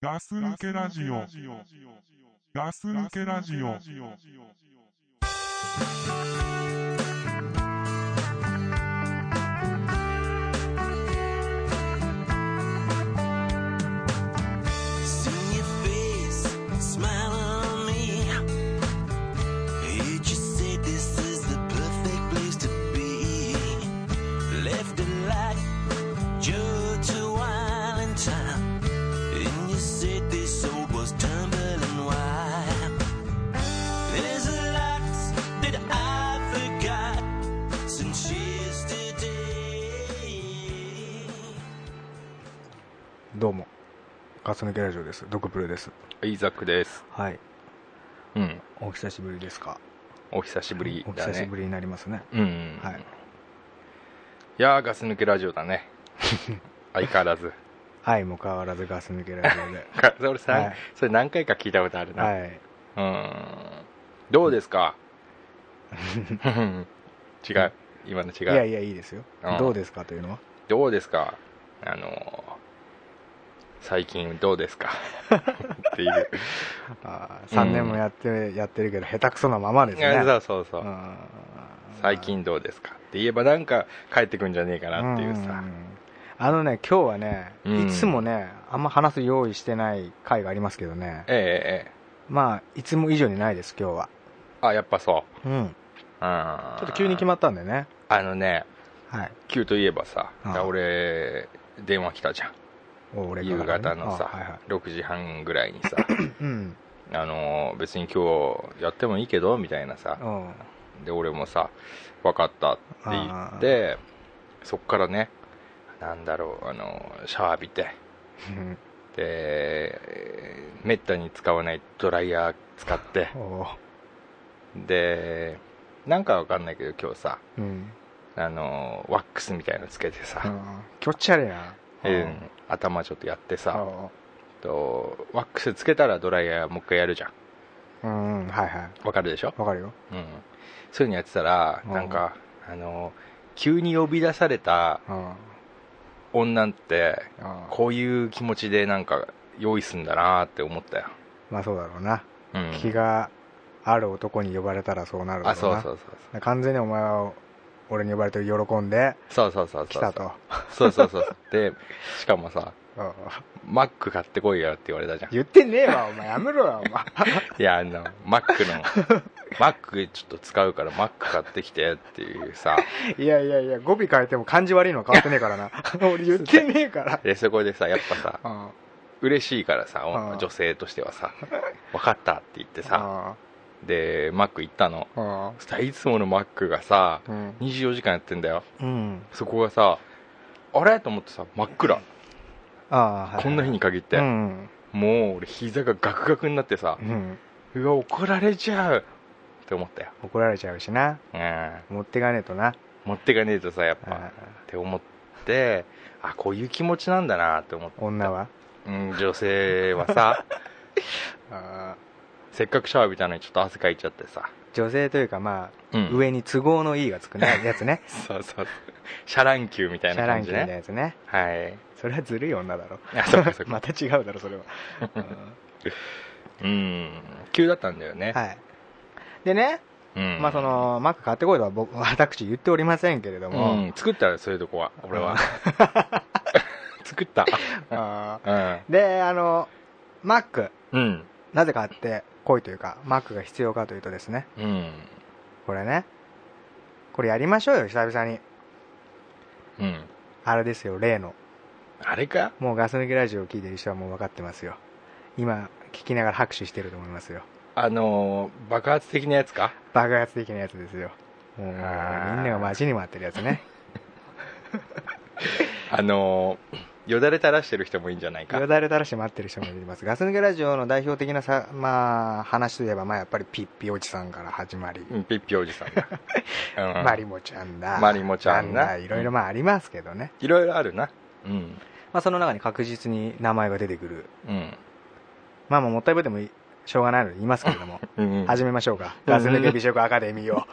ガス抜けラジオ。ガス抜けラジオ。 Sing your face, smile on me. You just said this is the perfect place to be. Left it like Joe to while in time. And you said this old was tumbling wide. There's a lot that I forgot since yesterday. どうも、ガス抜けラジオです。ドクプルです。イーザックです。はい、うん。お久しぶりですか。お久しぶりおだね。久しぶりになりますね。うん。。はいい、やー、ガス抜けラジオだ ね。相変わらず。はい、もう変わらずガス抜けラジオで。俺さ、はいそれ何回か聞いたことあ るな。はい、うーん。どうです か違う。今の違。いうやいや、いいですようん。どうですかというのは。どうですかあのー最近どうですかっていう。あー3年もやって、やってるけど、下手くそなまま ですいやそね。うそうそう。うん最近どうですかって言えばなんか帰ってくんじゃねえかなっていううさ。んあのね、今日はね、うんいつもね、あんま話す用意してない回がありますけどね、えええええまあ、いつも以上にないです、今日は。え。あ、やっぱそう。うん、うんちょっと急に決まったんでね。あのねはい、急といえばさああ俺電話来たじゃんお俺夕からね方のさ、あはいはい6時半ぐらいに さうんあの別に今日やってもいいけどみたいなさうんで俺もさ分かったって言ってそっからねなんだろうあのシャワー浴びて うんでえーめったに使わないドライヤー使 っておでなんかわかんないけど今日さうんあのワックスみたいのつけてさ、気持ち悪いなうん、頭ちょっとやってさあとワックスつけたらドライヤーもう一回やるじゃんうんうんはいはわかるでしょい、わかるようん、そういうのやってたらうんなんかあの急に呼び出されたうん女ってうんこういう気持ちでなんか用意すんだなって思ったよ、まあそうだろうなうん、気がある男に呼ばれたらそうなるだあろうそうなそう完全にお前は俺に呼ばれて喜んでそうそうそうそう来そうたとそうそうそうそうでしかもさうんマック買ってこいよって言われたじゃん言ってねえわお前やめろよお前 いやあのマックの マックちょっと使うからマック買ってきてっていうさいやいやいや語尾変えても感じ悪いのは変わってね えからな俺言ってねえからでそこでさやっぱさうん嬉しいからさうん女性としてはさ 「分かった」って言ってさあでマック行ったのああそしたらいつものマックがさあうん24時間やってんだようんそこがさあれと思ってさ真っ暗ああはいはいこんな日に限っうてんもう俺膝がガクガクになってさうんうわ怒られちゃうって思ったよ怒られちゃうしなうん持ってかねえとな持ってかねえとさやっあぱって思ってあこういう気持ちなんだなって思ってー女はうん女性は さあせっかくシャワー浴びたのにちょっと汗かいちゃってさー女性というかまうあん上に都合のいいがつ くねやつねそうそうシャランキューみシたいなャラ感ンキじーなねやつねはいそれはずるい女だろあそうか そうか、また違うだろ それはうん急だったんだよね、はいでねうんまあそのマック買ってこいとは僕 私言っておりませんけれどうもん作ったよそういうとこは俺は 作ったあうんーであのマックうんなぜ買ってこいというかマックが必要かというとですねうんこれねこれやりましょうよ久々にうんあれですよ例のあれかもうガス抜きラジオを聞いてる人はもう分かってますよ今聞きながら拍手してると思いますよあのー爆発的なやつか爆発的なやつですよもうみんあーなが待ちに待ってるやつ ねあのーよだれ垂らしてる人もいいんじゃないかよだれ垂らして待ってる人もいますガス抜けラジオの代表的なさ、まあ、話といえば、まあ、やっぱりピッピおじさんから始まり、うんピッピおじさ んだ、うん、マリモちゃんだマリモちゃんななんだいろいろまあありますけどね、いろいろあるなうんまあ、その中に確実に名前が出てくるうんまあもうもったいぶってもいしょうがないので言いますけ れどもうん、始めましょうかガス抜け美食アカデミーを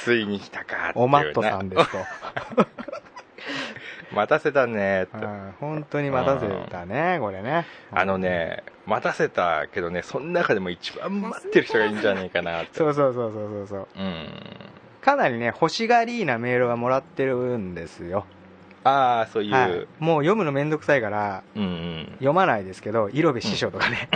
ついに来たかっていう、ね、おマットさんですと待たせたねうってん本当に待たせたねこれねあのね待たせたけどねその中でも一番待ってる人がいいんじゃないかなってそうそうそうそうそうそううんかなりね欲しがりなメールはもらってるんですよ、ああそういう、はい、もう読むのめんどくさいからうんうん読まないですけど色部師匠とかね、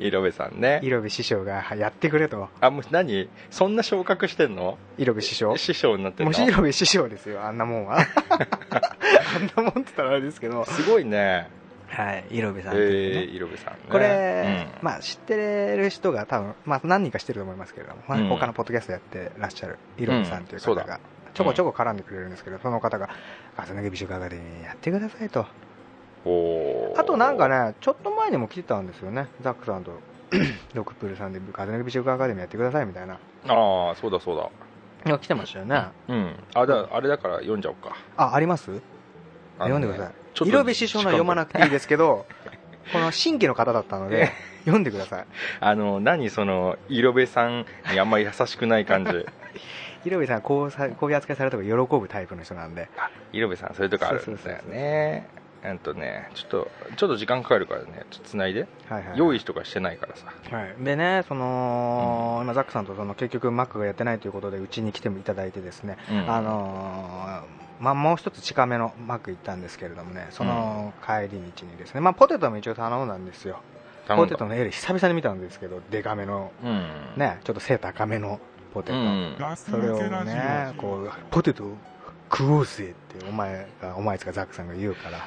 色部さんね 色部師匠がはいやってくれとあもう何そんな昇格してんの色部師匠師匠になってんのもうす色部師匠ですよあんな もんはあんなもんって言ったらあれですけどごいねはい色部さんっていうねえー、色部さんねこれ、うんまあ、知ってる人が多分、まあ、何人か知ってると思いますけれども、まあうん他のポッドキャストやってらっしゃるいろんさんという方うんそうがだちょこちょこ絡んでくれるんですけど、その方が「ガス抜け美食アカデミーやってください」とおーあとなんかねちょっと前にも来てたんですよねザックさんと ドクプルさんで「ガス抜け美食アカデミーやってください」みたいなああそうだそうだいや来てましたよねあうんあだあれだから読んじゃおうかありますあ読のんねでくださちょっいと色部師匠のは読まなくていいですけどこの新規の方だっ たので読んでくださいあの何その色部さんにあんまり優しくない感じ色部さんはこうさこういう扱いされたとか喜ぶタイプの人なんであ色部さんそういうとこあるんだよねうんとねちょっとちょっと時間かかるからねちょっとつないではいはい用意とかしてないからさはい、でねその、今ザックさんとその結局マックがやってないということでうちに来てもいただいてですね、うんあのーまあ、もう一つ近めのマック行ったんですけれどもねその帰り道にですね、まあ、ポテトも一応頼んだんですよ頼ポんだテトのエール久々に見たんですけどデカめのうんねちょっと背高めのポテうト、んガスそれ抜をけラジねオこうポテト食おうぜってお前がお前つかザックさんが言うかうんら、あ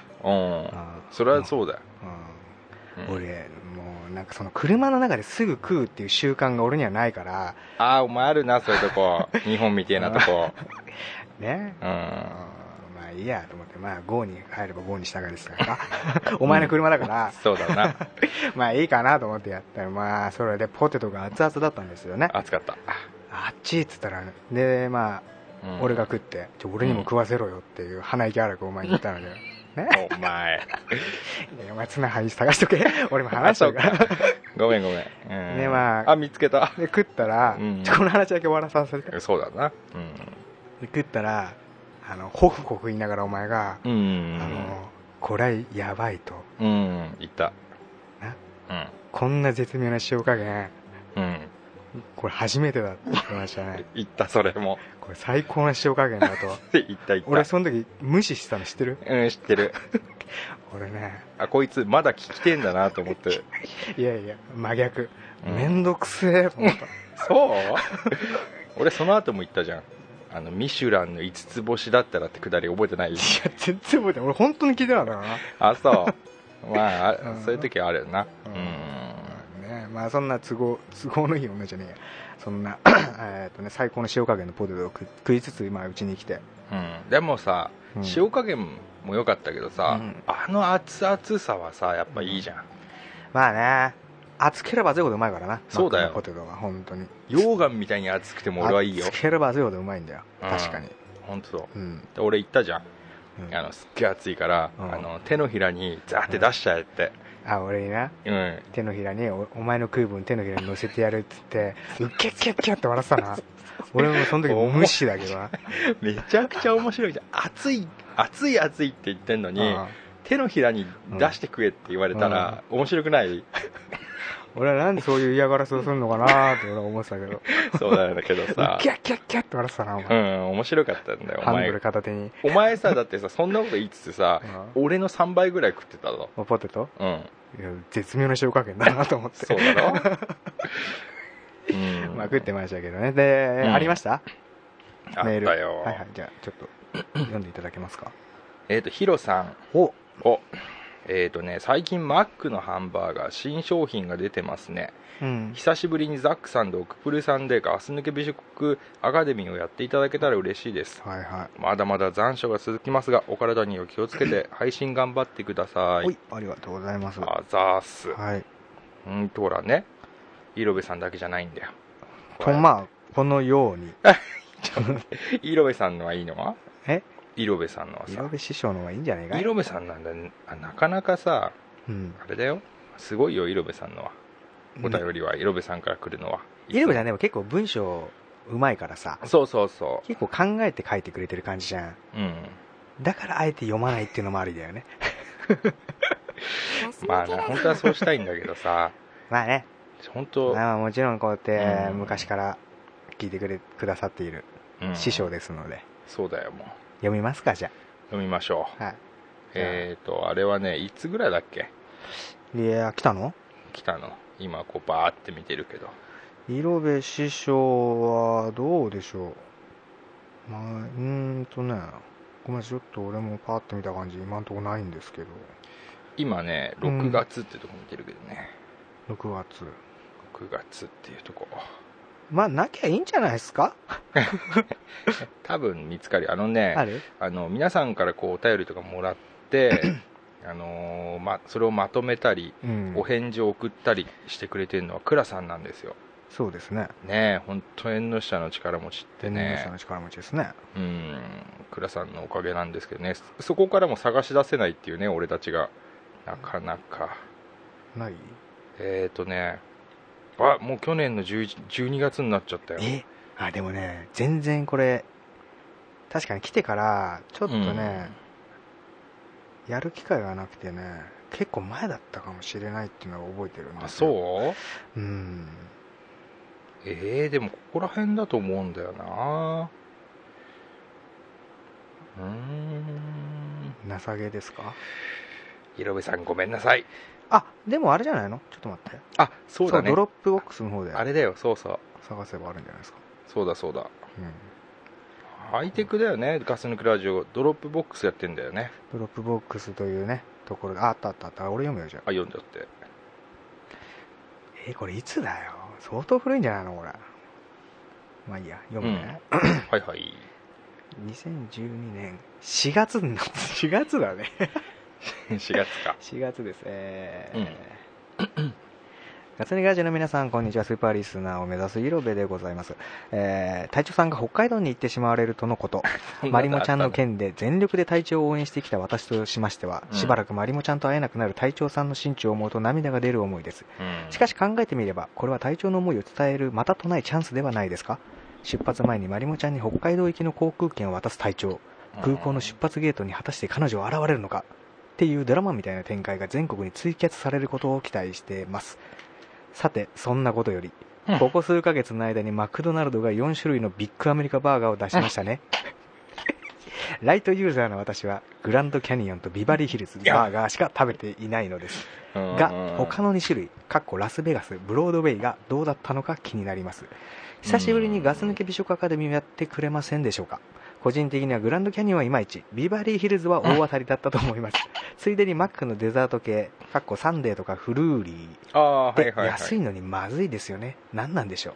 ーそれはそうだようん、うん俺もうなんかその車の中ですぐ食うっていう習慣が俺にはないからああお前あるなそういうと こ日本みてえなとこねうんまあいいやと思ってまあ5に入れば5に従いですから お前の車だから、そうだなまあいいかなと思ってやったらまあそれでポテトが熱々だったんですよねあ暑かったっちいっつったらでまうあん俺が食ってちょ俺にも食わせろよっていう鼻息荒くお前に言っ たのでお前いやお前綱張り探しとけ 俺も話しとくからごめんごめん、うんねまああ見つけたで食ったら、うんちょこの話だけ終わらさせてでそうだな食ったらあのホクホク言いながらお前が、うん、うんあのこれやばいとうんいたなうんこんな絶妙な塩加減うんこれ初めてだって言ってまし たねいったそれもこれ最高な塩加減だ といったいった俺その時無視してたの知ってるうん知ってる俺ねあこいつまだ聞きてんだなと思っていやいや真逆うんめんどくせえと思ったそう俺その後も言ったじゃんあのミシュランの5つ星だったらってくだり覚えてないいや全然覚えてない俺本当に聞いてなかったからあそうまああ、うんそういう時はあるよなううんん、な、ね、まあそんな都合都合のいい女じゃねえやそんな えっとね最高の塩加減のポテトを食食いつつ今うちに来てうん、でもさ、うん塩加減も良かったけどさ、うんあの熱々さはさやっぱいいじゃん、まあね熱ければ熱いほどうまいからなそうだよマックのポテトは本当に溶岩みたいに熱くても俺はいいよ熱ければ熱いほどうまいんだようん確かに本当そううん、で俺言ったじゃん、うんあのすっげえ熱いから、うんあの手のひらにザーって出しちゃえって、あ俺になうん手のひらにおお前の食い分手のひらに乗せてやるっつってウッキャッキャッキャッって笑っ てたな俺もその時無視だけどなめちゃくちゃ面白いじゃん熱い熱い熱いって言ってんのに、うん手のひらに出してくれって言われたら、面白くない俺はなんでそういう嫌がらせをするのかなって俺は思ってたけどウそうなんだけどッ さキャッキャッキャッって笑ってたなおう前ん面白かったんだよおハンド前ル片手にお前さだってさそんなこと言いつつさ、俺の3倍ぐらい食ってたぞポテトうんいや絶妙な塩加減だなと思ってそうだろ うんまあ食ってましたけどねで、うんありましたあったメールよ、はいはいじゃあちょっ と読んでいただけますかえっ、とヒロさんおおえっ、とね最近マックのハンバーガー新商品が出てますねうん久しぶりにザックさんとクプルさんでガス抜け美食アカデミーをやっていただけたら嬉しいですはいはまだまだ残暑が続きますがお体にお気をつけて配信頑張ってください、いおいありがとうございますはあざーすいうんとほらね色部さんだけじゃないんだよとまあこのよ うに色部さんのはいいのはえ色部さんのはさ色部師匠の方がいいんじゃないかい色部さんなんだあなかなかさうんあれだよすごいよ色部さんのはお便りは色部さんから来るのはイルブちゃんんでも結構文章うまいからさそうそうそ結構考えて書いてくれてる感じじゃんううんだからあえて読まないっていうのもありだ よねまあね本当はそうしたいんだけどさまあね本当、まあもちろんこうやってうん昔から聞いてくれくださっているうん師匠ですのでそうだよもう読みますかじゃ読みましょうあ、はえっ、ー、とあれはねいつぐらいだっけい、いや来たの来たの今こうバーって見てるけど色部師匠はどうでしょうまあうーんとねごめんちょっと俺もパッと見た感じ今んとこないんですけど今ねうん6月ってとこ見てるけどね、 6月6月っていうとこまあなきゃいいんじゃないですか多分見つかるよあのねあるあの皆さんからこうお便りとかもらって あのーま、それをまとめたりうんお返事を送ったりしてくれてるのは倉さんなんですよそうですねねえ本当縁の下の力持ちって天然ねさんの力持ちですねうん倉さんのおかげなんですけどねそそこからも探し出せないっていうね俺たちがなかなかないえっ、ー、とねあもう去年の11 12月になっちゃったよえあでもね全然これ確かに来てからちょっとね、やる機会がなくてね結構前だったかもしれないっていうのは覚えてるんあですよそうううんえー、でもここら辺だと思うんだよなうーん情けですか色部さんごめんなさいあでもあれじゃないのちょっと待ってあそうだねドロップボックスの方であれだよそうそう探せばあるんじゃないですか、そうだそうだうん、ハイテクだよねガス抜きラジオドロップボックスやってんだよねドロップボックスというねところがああったあったあった俺読むよじゃああ読んじゃってえーこれいつだよ相当古いんじゃないのこれまあいいや読むね、 はいはい2012年4月に なって4月だね4月か4月ですえうんー ガツネガラジオの皆さんこんにちはスーパーリスナーを目指すイロベでございます、えー、隊長さんが北海道に行ってしまわれるとのこと マリモちゃんの件で全力で隊長を応援してきた私としましては、うんしばらくマリモちゃんと会えなくなる隊長さんの心中を思うと涙が出る思いですうんしかし考えてみればこれは隊長の思いを伝えるまたとないチャンスではないですか出発前にマリモちゃんに北海道行きの航空券を渡す隊長空港の出発ゲートに果たして彼女は現れるのかっていうドラマみたいな展開が全国に追加されることを期待していますさてそんなことよりうんここ数ヶ月の間にマクドナルドが4種類のビッグアメリカバーガーを出しまし たねライトユーザーの私はグランドキャニオンとビバリーヒルズバーガーしか食べていないのですが他のの2種類かっこラスベガスブロードウェイがどうだったのか気になります久しぶりにガス抜け美食アカデミーをやってくれませんでしょうか個人的にはグランドキャニオンはいまいちビバリーヒルズは大当たりだったと思いますついでにマックのデザート系かっこサンデーとかフルーリーああはいではい、はい、安いのにまずいですよね何なんでしょう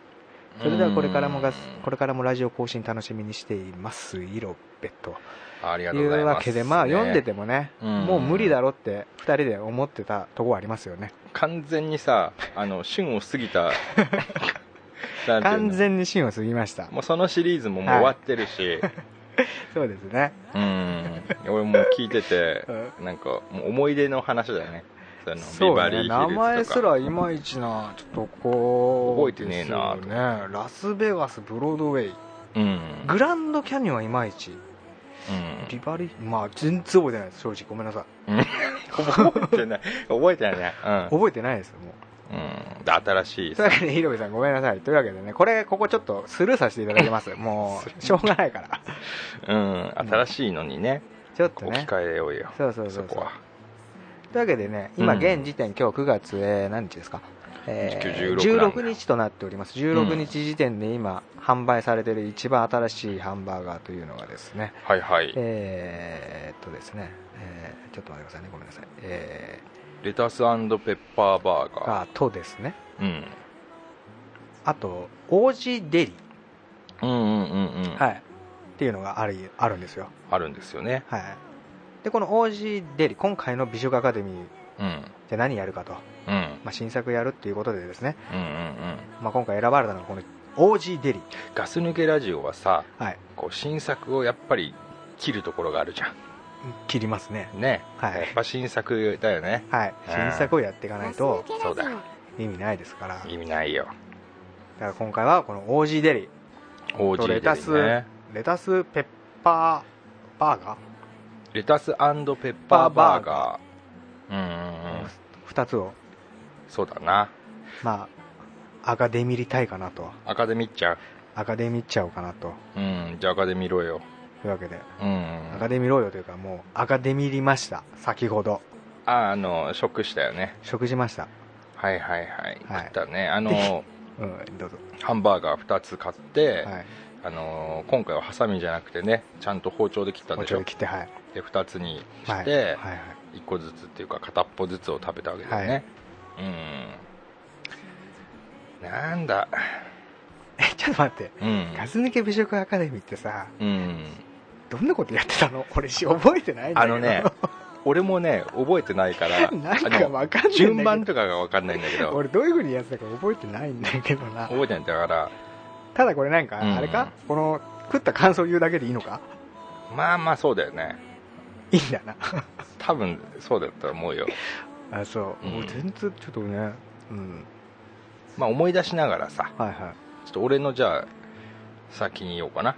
それではこれからもガスうんこれからもラジオ更新楽しみにしていますイロベとありがいとうございうますわけでまあ読んでてもねうんもう無理だろって2人で思ってたとこはありますよね完全にさあの旬を過ぎ たなんていうの完全に芯を過ぎましたもうそのシリーズももう終わってる し、そうですねうん俺も聞いててなんかもう思い出の話だよねそのそうビバリーヒルねズと名か前すらいまいちなちょっとこう覚えてねえなですよねラスベガスブロードウェイうん、うんグランドキャニオンはいまいちビバリまあ全然覚えてないです正直ごめんなさい覚えてない覚えてないね覚えてないですもううん、うん、で新しいというわけで広部さんごめんなさいというわけでねこれここちょっとスルーさせていただきます もうしょうがないからうん新しいのにねちょっと置きね換えようよそうそうそうそこそうはというわけでね今うん現時点、今日9月、えー何日ですか、えー16なんだ16日となっております16日時点で今、販売されている一番新しいハンバーガーというのがですねはいはいえー、っとですね、えーちょっと待ってくださいねごめんなさいえレタスペッパーバーー、ガがとですねーうんあと王子デリ、うんうんうんうん、はい、っていうのがあるあるんですよあるんですよねはいでこの王子デリ今回の美食アカデミーうんで何やるかと、うんうんまあ、新作やるっていうことでですね、うんうんまあ、今回選ばれたのがこの王子デリガス抜けラジオはさはいこう新作をやっぱり切るところがあるじゃ切りますねんね、はいやっぱ新作だよねはいうん新作をやっていかないとそうだ意味ないですからだか意味ないよら今回はこの OG デリオージーレタスねレタスペッパーバーガーレタスペッパーバーガーうんうんうん2つをそうだなまあアカデミー入りたいかなとアカデミーちゃんアカデミーっちゃおうかなとうんじゃあアカデミーろよいうわけでうんアあカデミーろうよというかもうアカデミー入りました先ほどあの食したよね食事ましたはいはいはい、はい食ったね あのうんどうぞハンバーガー2つ買って、はいあの今回はハサミじゃなくてねちゃんと包丁で切ったん包でし丁ょで切ってはいで2つにはしいて、はいはい1個ずつっていうか片っぽずつを食べたわけだよね、うんなんだえちょっと待ってうんガス抜け美食アカデミーってさうんどんなことやってたの俺し覚えてないんだあけどのね俺もね覚えてない からなんあかのわかんないんだけど順番とかが分かんないんだけど俺どういうふうにやってたか覚えてないんだけどな覚えてないんだからただこれなんかうんあれか、この食った感想言うだけでいいのか まあまあそうだよねいいんだな多分そうだと思うよあそう、うんもう全然ちょっとねうんまあ思い出しながらさはいはちょっと俺のじゃあ先に言おうかな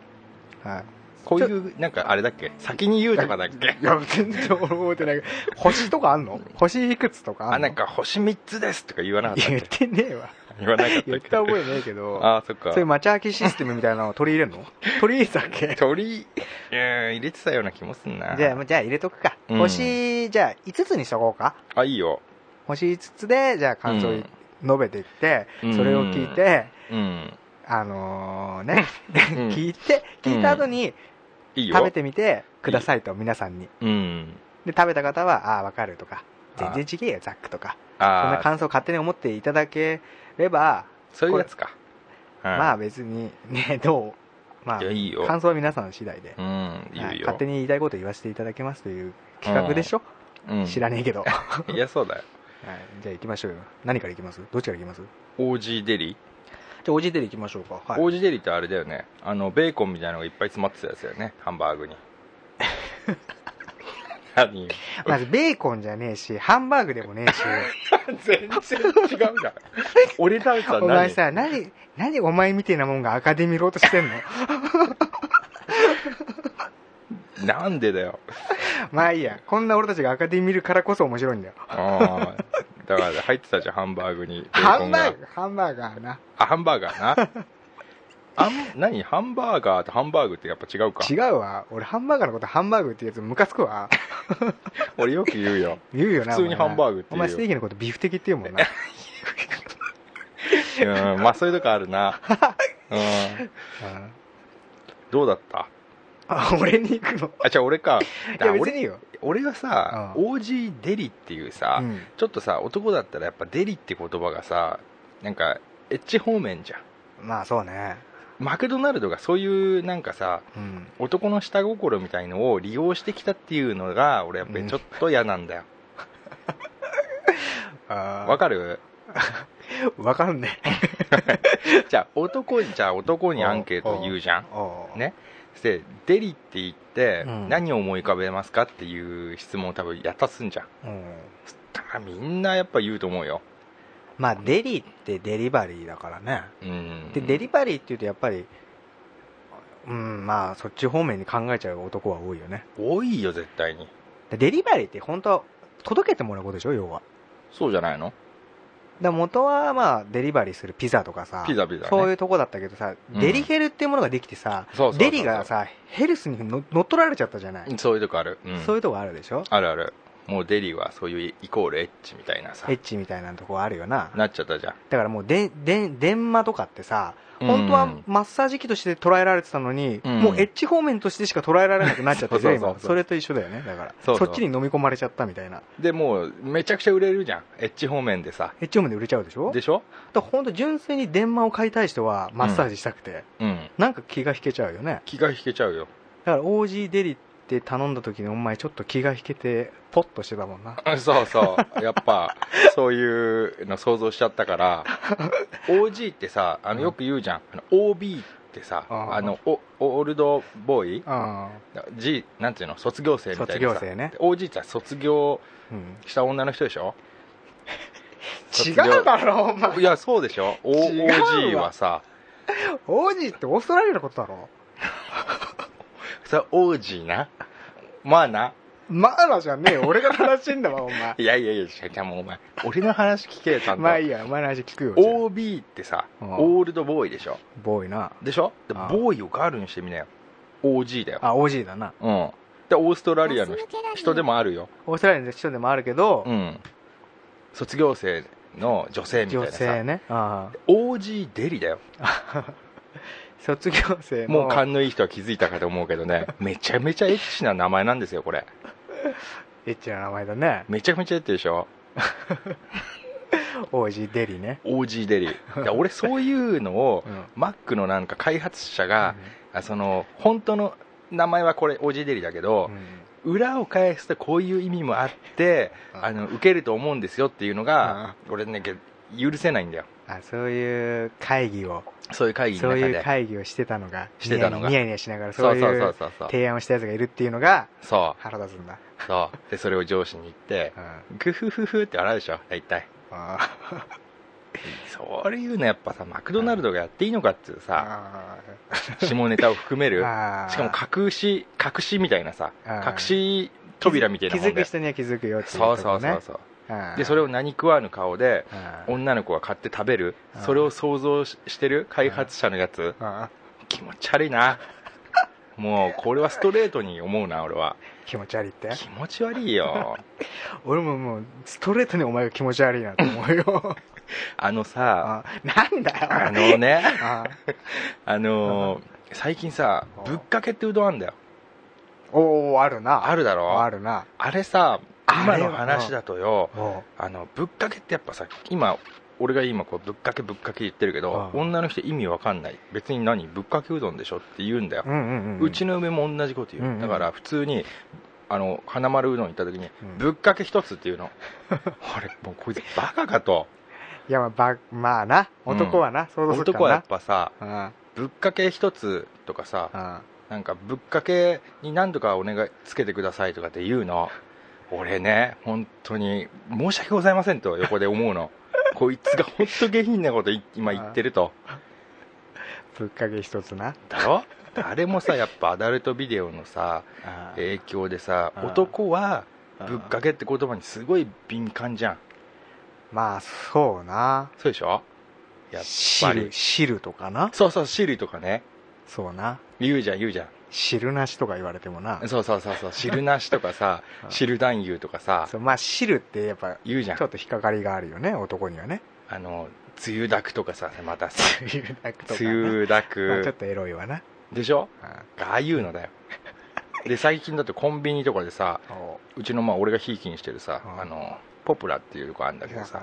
いはいこういうなんかあれだっけ先に言うとかだっけいや全然俺覚えて ないけど星とかあんの星いくつとかああんなのんか星3つですとか言わなかったっ言っけてねえわ言わなかったっけ言った覚えねえけどああそっかそういう待ち明けシステムみたいなの取り入 れるの取り入れてたっけ鳥うん入れてたような気もすんなじゃあじゃあ入れとくか、うん星じゃあ5つにしとこうかあいいよ星5つでじゃあ感想うん述べていって、うんそれを聞いてうんあのー ね、うん聞いて聞いた後にいいよ食べてみてくださいと皆さんにうんで食べた方はああーわかるとかあー全然違えよザックとかそんあなあ感想を勝手に思っていただければそういうやつかままあ別にね どうまあいやいいよ感想は皆さん次第で、うんいいよ、はい勝手に言いたいこと言わせていただけますという企画でしょ、うん、知らね えけど、はい、いやそうだよじゃあ行きましょうよ何から行きますどっちから行きますじオージーデリ、ゃあおじいで行きましょうか、はいオージーデリってあれだよねあのベーコンみたいなのがいっぱい詰まってたやつだよねハンバー グに何まずベーコンじゃねえしハンバーグでもねえし全然違うな俺らさお前何さ何何お前みてえなもんがアカデミーローとしてん のなんでだよまあいいやこんな俺たちがアカデミー見るからこそ面白いんだよああだから入ってたじゃんハンバーグにベーハコンンがバーグハンバーガーなあハンバーガーなあん何ハンバーガーとハンバーグってやっぱ違うか違うわ俺ハンバーガーのことハンバーグってやつムカつくわ俺よく言うよ言うよな普通にお前なハンバーグって言うよお前ステーキのことビーフ的って言う もんなうんまあそういうとこある なうんうんどうだったあ俺に行くのあじゃあ俺かいや別俺にいいよ、俺がさ、うんオージーデリっていうさ、うんちょっとさ男だったらやっぱデリって言葉がさなんかエッチ方面じゃんまあそうねマクドナルドがそういうなんかさうん男の下心みたいのを利用してきたっていうのが俺やっぱりちょっと嫌なんだよわ、わかるわかるねじゃあ男じゃあ男にアンケート言うじゃんおうねでデリって言ってうん何を思い浮かべますかっていう質問を多分やたすんじゃんうんだからみんなやっぱ言うと思うよまあデリってデリバリーだからねうんでデリバリーっていうとやっぱりうんまあそっち方面に考えちゃう男は多いよね多いよ絶対にでデリバリーって本当は届けてもらうことでしょ要はそうじゃないのだから元はまあデリバリーするピザとかさピザピザねそういうとこだったけどさ、うんデリヘルっていうものができてさそうそうそうそうデリがさヘルスにの乗っ取られちゃったじゃない、そういうとこある、うん、そういうとこあるでしょあるあるもうデリはそういうイコールエッチみたいなさエッチみたいなとこあるよななっちゃったじゃんだからもうでで電話とかってさうん本当はマッサージ機として捉えられてたのに、うんもうエッジ方面としてしか捉えられなくなっちゃってるよそうそうそう今それと一緒だよねだからそうそうっちに飲み込まれちゃったみたいなでもうめちゃくちゃ売れるじゃんエッチ方面でさエッジ方面で売れちゃうでしょでしょだから本当純粋に電話を買いたい人はマッサージしたくて、うんなんか気が引けちゃうよね気が引けちゃう よだから OG デリって頼んだ時にお前ちょっと気が引けてポッとしてたもんなうんそうそうやっぱそういうの想像しちゃったから OG ってさあのよく言うじゃん、あの OB ってさああーのおオールドボーイあ G なんていうの卒業生みたいなさ卒業生ね OG ってさ卒業あ、うん、した女の人でしょ違卒業うだろお前いやそうでしょ O- 違うわ OG はさオージーってオーストラリアのことだろそれ王子なまあなマーラじゃねえよ俺が話してんだわお前いやいやいやじゃあもうお前俺の話聞けたんまあだいいやお前の話聞くよじゃあ OB ってさうんオールドボーイでしょボーイなでしょでああボーイをガールにしてみなよ OG だよあ OG だなうんでオーストラリアの人人でもあるよオーストラリアの人でもあるけど、うん卒業生の女性みたい女な性さねああ OG デリだよ卒業生のもう勘のいい人は気づいたかと思うけどねめちゃめちゃエッチな名前なんですよこれエッチな名前だねめちゃめちゃエッチでしょ OG デリね OG デリいや俺そういうのをうんマックのなんか開発者が、あその本当の名前はこれ OG デリだけど、うん裏を返すとこういう意味もあってああの受けると思うんですよっていうのが俺ねけ許せないんだよあそういう会議をそういう会議のそう中いうで会議をしてたのがしてたのがニヤニヤニヤニヤしながらそそううそういそううそうそう提案をしたやつがいるっていうのがそ腹立つんだ、うそうでそれを上司に言ってうん、あグフフフって笑うでしょ大体あそういうのやっぱさマクドナルドがやっていいのかっていうさあ下ネタを含めるあしかも隠し隠しみたいなさ隠し扉みたいな気もづんでく人には気づくよっていうそうそうそうそうでそれをを何食わぬ顔で女の子が買って食べるうんそれを想像ししてる開発者のやつ気持ち悪いなもうこれはストレートに思うな俺は気持ち悪いって気持ち悪いよ俺ももうストレートにお前が気持ち悪いなと思うよあのさあなんだよあの ねああのー最近さうんぶっかけってうどんあんだよおおあるなあるだろああるなれさあ今れはの話だとよおあのぶっかけってやっぱさ今俺が今こうぶっかけぶっかけ言ってるけどうん女の人意味わかんない別に何ぶっかけうどんでしょって言うんだようんうんうんうちの梅も同じこと言う、うんうんだから普通にあの花丸うどん行った時に、うんぶっかけ一つっていう のあれもうこいつバカかといやまあばまあな男はな、想像するか男はやらっぱさなぶっかけ一つとかさうんうんなんかぶっかけに何とかお願いつけてくださいとかって言うの俺ね本当に申し訳ございませんと横で思う のこいつが本当下品なことい今言ってるとぶっかけ一つなだろ誰もさやっぱアダルトビデオのさ影響でさうん男はうんぶっかけって言葉にすごい敏感じゃんまあそうなそうでしょやっぱり汁汁とかなそうそう汁とかねそうな言うじゃん言うじゃ汁なしとか言われてもなんそうそうそうそう汁なしとか さうん汁男優とかさそうまあ汁ってやっぱ言うじゃんちょっと引っかかりがあるよね男にはねあの梅雨だくとかさまた梅雨だくと か梅 な雨だまあちょくっとエロいわなでしょうああいう のだよで最近だとコンビニとかでさんおうちのまあ俺がひいきにしてるさうんあのポプラっていうとこあるんだけどさ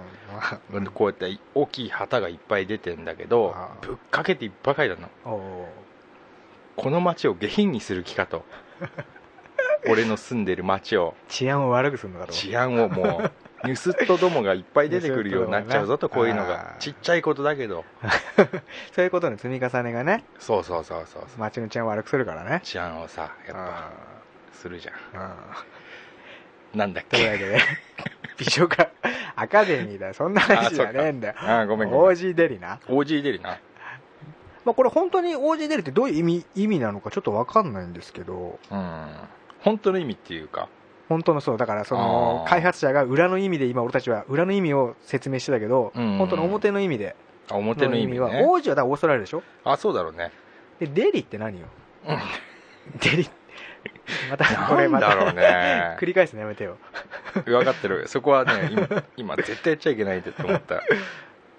うんこうやって大きい旗がいっぱい出てんだけどあーぶっかけていっぱい書いてあるのおおこの街を下品にする気か と俺の住んでる街を治安を悪くするのだろ治安をもうヌスットどもがいっぱい出てくるようになっちゃうぞと盗こっ人どもがねういうのあがーちっちゃいことだけどそういうことの積み重ねがねそうそうそうそうそう街の治安を悪くするからね治安をさやっぱするじゃうんうんんなんだっというけ わけで美女家アカデミーだそんな話じゃねえんだよあーごめんごめん OG デリな、 OG 出るなまあ、これ本当に OG デリってどういう意味意味なのかちょっとわかんないんですけどうん本当の意味っていうか本当のそうだからそのあー開発者が裏の意味で今俺たちは裏の意味を説明してたけど、うんうん本当の表の意味であ表の意味はね OG はだからオーストラリアでしょあそうだろうねでデリって何よ、うんデリまたこなれんまただろう ね 繰り返すのやめてよ分かってるそこはね今今絶対やっちゃいけないって思 った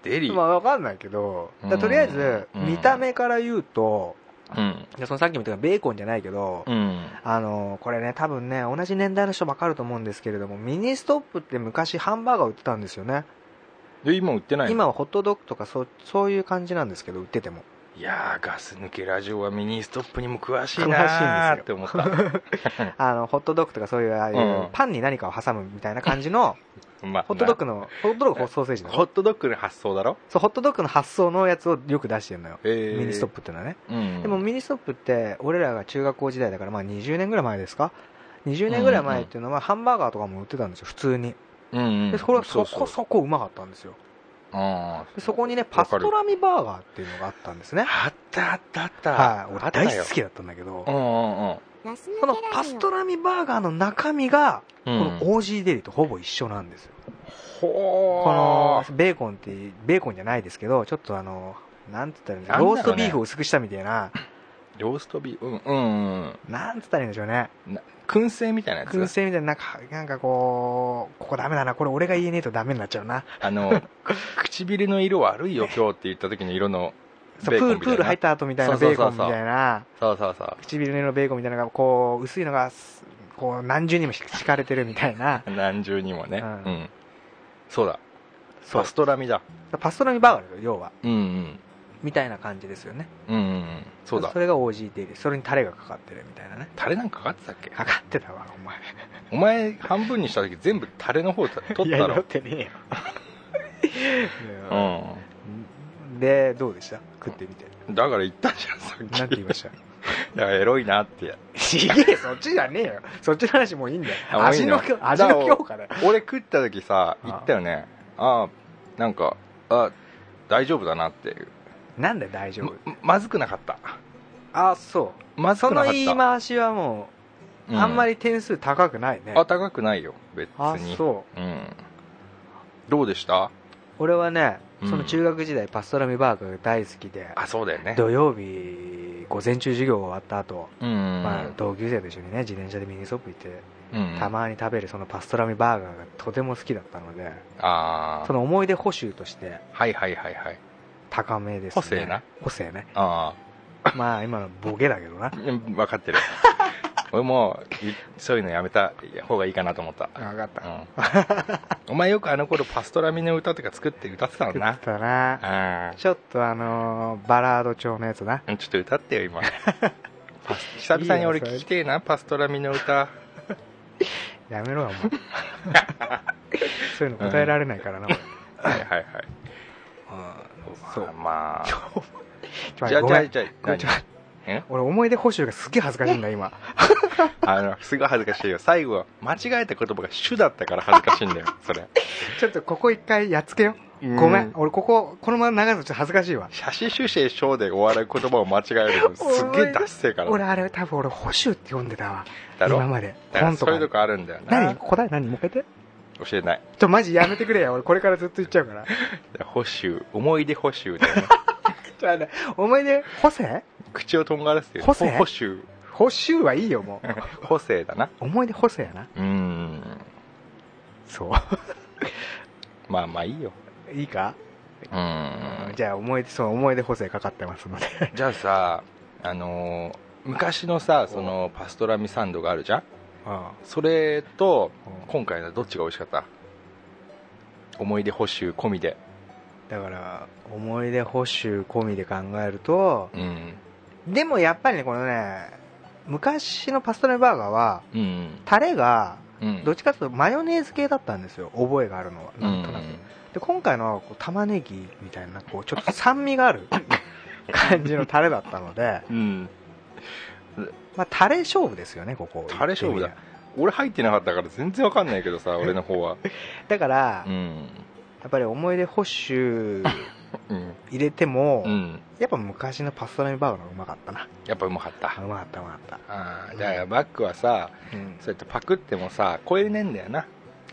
デリまあわかんないけどだからとりあえずうん見た目から言うと、うんでそのさっきも言ったベーコンじゃないけど、うんあのこれね多分ね同じ年代の人分かると思うんですけれどもミニストップって昔ハンバーガー売ってたんですよね、で今売ってないの今はホットドッグとかそうそういう感じなんですけど売っててもいやーガス抜けラジオはミニストップにも詳しい詳なしいーんっでてす思った あのホットドッグとかそういうああいうんうパンに何かを挟むみ たいな感じのまあホットドッグのホットドッグソーセージなのホットドッグの発想だろそうホットドッグの発想のやつをよく出してるのよえーミニストップっていうのはねうんでもミニストップって俺らが中学校時代だからまあ20年ぐらい前ですか20年ぐらい前っていうのはハンバーガーとかも売ってたんですよ普通にうんうんでこれはそそうそこうそこうまかったんですよあでそこにねパストラミバーガーっていうのがあったんですねったあったあった、はい、あ俺ったよ大好きだったんだけどうんうんうんそのパストラミバーガーの中身がうこんのオージーデリとほぼ一緒なんですよ、ほーこのベーコンってベーコンじゃないですけどちょっとあのなんつったらいいんだなんだろうねローストビーフを薄くしたみたいな、ローストビーフうんうんうんなんつったらいいんでしょうね燻製みたいなやつ燻製みたいななんかなんかこうここダメだなこれ俺が言えねえとダメになっちゃうなあ のく唇の色悪いよ今日って言った時の色のそうベコプーンみルたいなプール入った後みたいなそうベそうーコそンうそみうたいなそうそうそう唇の色のベーコンみたいなのがこう薄いのがすこう何重にも敷かれてるみたいな何重にもね、ううんんそうだそうパストラミだパストラミバーガーですよ要はうんうんみたいな感じですよねうんうんうんそうだそれが OG デリそれにタレがかかってるみたいなねタレなんかかってたっけかかってたわお前お前半分にした時全部タレの方取ったろいや酔っ てねえよでどうでした食ってみてうんだから言ったじゃんさっきなんて言いましたいやエロいなってちげえ そっちじゃねえよそっちの話もういいんだよあもうい味いのの味の強化だよ俺食った時さああ言ったよねああなんかあ大丈夫だなっていうなんで大丈夫ままずくなかったあそうまずそくなかのった言い回しはもう、あんまりり点数高くないねあ高くないよ別あに、そうん、どうでした俺はねうんその中学時代パストラミバーガーが大好きで、あそうだよね土曜日午前中授業終わった後、うん、まあ同級生と一緒にね自転車でミニストップ行って、うんたまに食べるそのパストラミバーガーがとても好きだったのであそあの思い出補修としてはいはいはいはい高めです個ね性な個性ねあまあ今のボケだけどなあ分か ってる俺もいそういうのやめた方がいいかなと思った、分かったうん、お前よくあの頃パストラミの歌とか作って歌ってたの食っなたなあちょっとあのーバラード調のやつなあちょっと歌ってよ 今パス久々に俺いいよそれ聞きてえなパストラミの歌やめろよ お前そういうの答えられないからな、俺はいはいはいそうまあまあちょじゃあごじゃめあんじゃあごめんちょえ俺思い出補修がすっげえ恥ずかしいん だ今あのすごい恥ずかしいよ最後は間違えた言葉が「主」だったから恥ずかしいんだよそれちょっとここ一回やっつけようんごめん俺こここのまま流すのちょっと恥ずかしいわ写真修正書で終わる言葉を間違えるのすっげえダッセーから俺あれ多分俺補修って読んでたわだろ今までだから本そとうかいうにとこあるんだよ何な答え何もう一回言って教えないちょっとマジやめてくれよ俺これからずっと言っちゃうから補修思い出補修だ よねじゃあね思い出補正口をとんがらせてよ補正補修補修はいいよもう補正だな思い出補正やなうーんそうまあまあいいよいいか、うーんじゃあ思い出その思い出補正かかってますのでじゃあさあのー昔のさそのパストラミサン ドがあるじゃんうんそれと今回のどっちが美味しかった思い出補修込みでだから思い出補修込みで考えるとうんでもやっぱりねこのね昔のパストラミバーガーはうんタレがうんどっちかというとマヨネーズ系だったんですよ覚えがあるのはなんとなく、で今回のはこう玉ねぎみたいなこうちょっと酸味がある 感じのタレだったので、うん、うん、まあ、タレ勝負ですよねここタレ勝負だ俺入ってなかったから全然わかんないけどさ俺の方はだから、うやんっぱり思い出補修うん、入れても、うん、やっぱ昔のパストラミバーガーのうまかったなやっぱうまかったうまかったうまかった、ああだからバックはさうんそうやってパクってもさ超えねえんだよな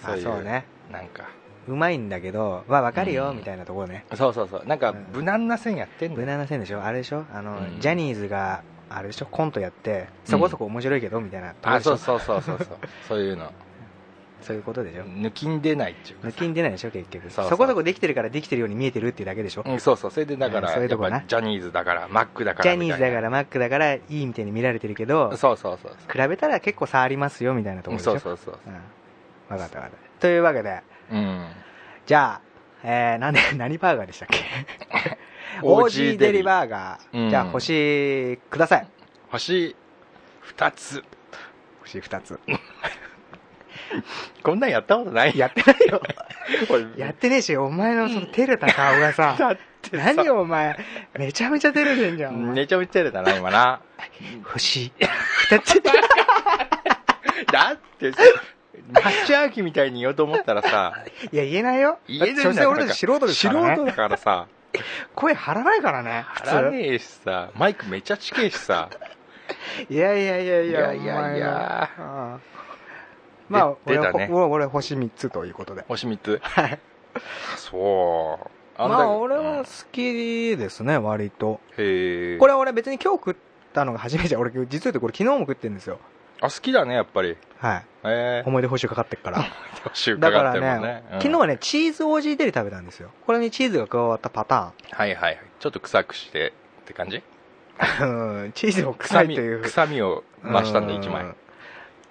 あいそうねなんかうまいんだけどまあわかるよ、うんみたいなところねそうそうそうなんかうん無難な線やってんだ無よ、難な線でしょあれでしょあの、うんジャニーズがあれでしょコントやってそこそこ面白いけど、みたいなところあでしょそうそうそうそうそう そういうのそういうことでしょ、抜きんでないっていうか抜きんでないでしょ結そ局うそうそこそこできてるからできてるように見えてるっていうだけでしょ、うん、そうそうそれでだかうんら、そういやうとっこなぱジャニーズだからマックだかジらャニーズだからマックだからいいみたいに見られてるけどらそうそうそう比べたら結構差ありますよみたいなとそこうろでしょそうそうそううんわかったわかったというわけでうんじゃあ、えーなんで何バーガー でしたっけオージー OG デリバーガー、うんじゃあ星ください星2つ星2つこんなんやったことないやってないよ 俺やってねえしお前のその照れた 顔がさだってさ何お前めちゃめちゃ照れてんじゃんお前めちゃめちゃ照れたな今な 星2つだってさマッチャーキみたいに言おうと思ったら さいや、言えないよ。言えないんだだって所詮俺たち素人です素から人ね。だからさ声張らないからね、普張ら通。ねえしさマイクめちゃちけえしさいやいやいやいや、いやいやいやお前はうんまあ、で俺は出たね俺は俺は星3つということで。星3つはい。そうまんだけあ、俺うはん好きですね、割と。へえこれは俺別に今日食ったのが初めてじゃん俺実は言うとこれ昨日も食ってるんですよあ好きだねやっぱりはいええ思い出報酬かかってるから星だか伺らってるもんねねうん昨日はねチーズオージーデリ食べたんですよこれにチーズが加わったパタはいはいはいちょっと臭くしてって感じ ーンうんチーズを臭いという臭み臭みを増したんで1う枚ん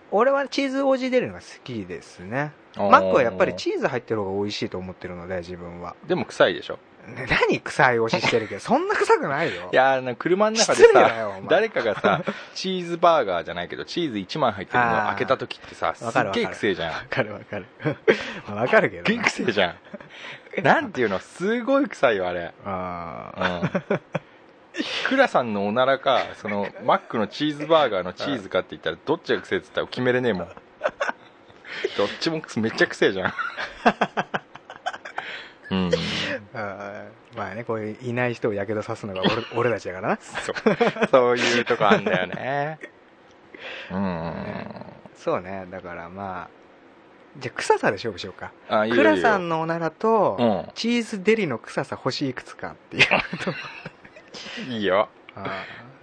俺はチーズオージーデリのが好きですねマックはやっぱりチーズ入ってる方が美味しいと思ってるので自分は、でも臭いでしょね、何臭い推しして るけどそんな臭くないよいやーあの車の中で失礼だよおさ前 誰かがさチーズバーガーじゃないけどチーズ1枚入ってるのあー開けた時ってさすわかっるわげかえるくせえじゃんわかるわかる まあわかる けすっげどえなくせえじゃんなんていうのすごい臭いよあれあー うんクラさんのおならかそのマックのチーズバーガーのチーズかって言ったらどっちがくせえって言ったら決めれねえもんどっちもめっちゃくせえじゃんうんあーまあねこういういない人をやけどさすのが俺 俺たちだからなそうそういうとこあんだよねうんそうねだからまあじゃあ臭さで勝負しようかあいいよクラさいいよんのおならと、うんチーズデリの臭さ星いくつかっていういいよあ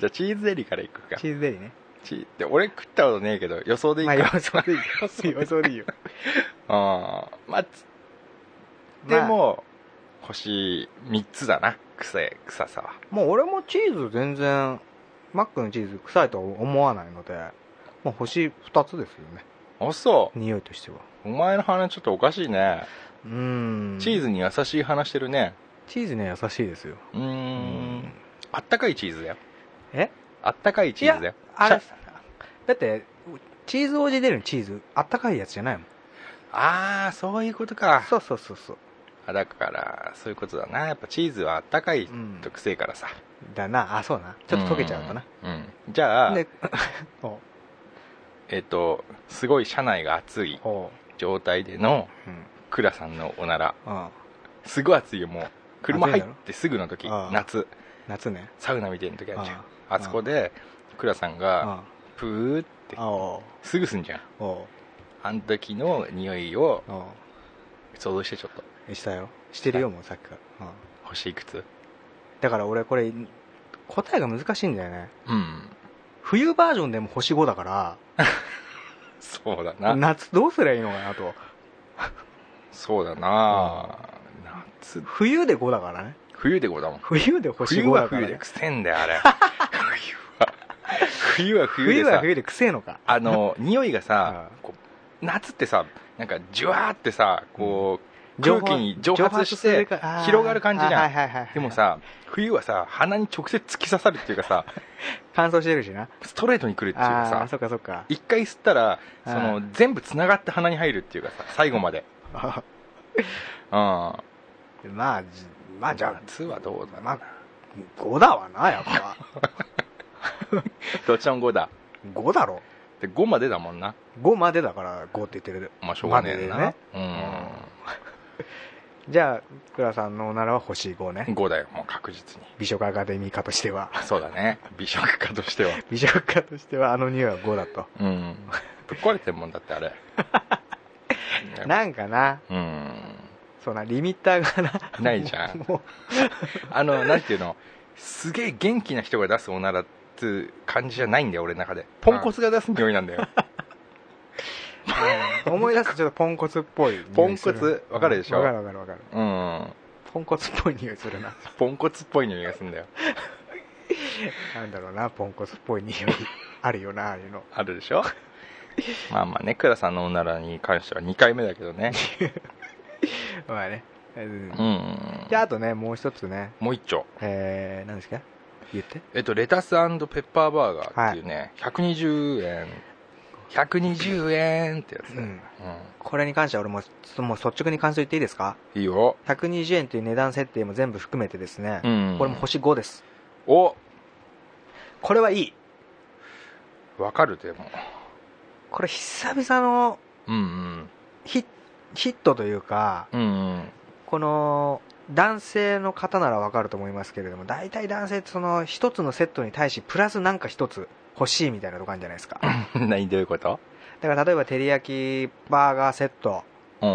じゃあチーズデリからいくかーチーズデリねチーで俺食ったことねえけど予想でいいまあか、予想でいいよ 予想でいいよあーまあつでも、星3つだな癖臭さはもう俺もチーズ全然マックのチーズ臭いとは思わないのでもう星2つですよねあそう匂いとしてはお前の話ちょっとおかしいね、うーんチーズに優しい話してるねチーズね優しいですようーんうんあったかいチーズだよえあったかいチーズだよあれシだってチーズ王子出るのチーズあったかいやつじゃないもんャああそういうことかそうそうそうそうあだからそういうことだなやっぱチーズはあったかいうんと癖からさ、だなあそうなちょっと溶けちゃうかな、うん、じゃあでおえっ、とすごい車内が暑いお状態でのうん倉さんのおならあすごい暑いよもう車暑入いっだろてすぐの時ああ夏夏ねサウナみたいな時あるじゃんああそこで倉さんがあプーってあおすぐすんじゃんうおあの時の匂いをうお想像してちょっとうしたよしてるよもうさっきから、うん星いくつだから俺これ答えが難しいんだよねうん冬バージョンでも星5だかそうだなら夏どうすりゃいいのかなとそうだな、夏冬で5だからね冬でごだもん冬で星冬5はだから、冬でねく、せえんだよ あれ冬は冬冬は冬でさは冬でくせえのかあの匂いがさうんこう夏ってさなんかジュワーってさこう蒸空発気に蒸発し蒸て発すかあー広がる感じじあゃはいんはいはいはいでもさ冬はさ鼻に直接突き刺さるっていうか さ乾燥してるしなストレートにくるっていうああかーそさっかそっか一回吸ったらあそーの全部つながって鼻に入るっていうかさ最後ま であうんままあじまあじゃ夏はどうだあな、まあ5だわなやっぱどっちも5だ5だろで5までだもんな5までだから5って言ってるまあしょうがねえな、までうじゃあ倉さんのおならは星5ねん5だよもう確実に美食アカデミー家としては そうだね美食家としては美食家としてはあの匂いは5だとうんぶっ壊れてんもんだってあれ なんかなうんそうなリミッターがなないじゃんもあのなんていうのすげえ元気な人が出すおならっていう感じじゃないんだよ俺の中でポンコツが出す匂いなんだよう思い出すとちょっとポンコツっぽい匂いポンコツするわかるでしょわかるわかるわかるうんポンコツっぽい匂いするなポンコツっぽい匂いがするんだよなんだろうなポンコツっぽい匂いあるよなああいう のあるでしょまあまあね倉さんのおならに関しては2回目だけど ねまあね、うんうんであとねもう一つねもう一丁えー、何ですか言ってえっと、レタスペッパーバーガーっていうね、120円120円ってやつ、ううんんこれに関しては俺もちょもう率直に感想言っていいですかいいよ、 120円という値段設定も全部含めてですね、うんこれも星5ですおこれはいいわかるでもこれ久々のうんヒヒットというかうんうんこの男性の方ならわかると思いますけれども大体男性ってその一つのセットに対しプラスなんか一つ欲しいみたいなとこあるんじゃないですかだうん 何どういうことから例えば照り焼きバーガーセット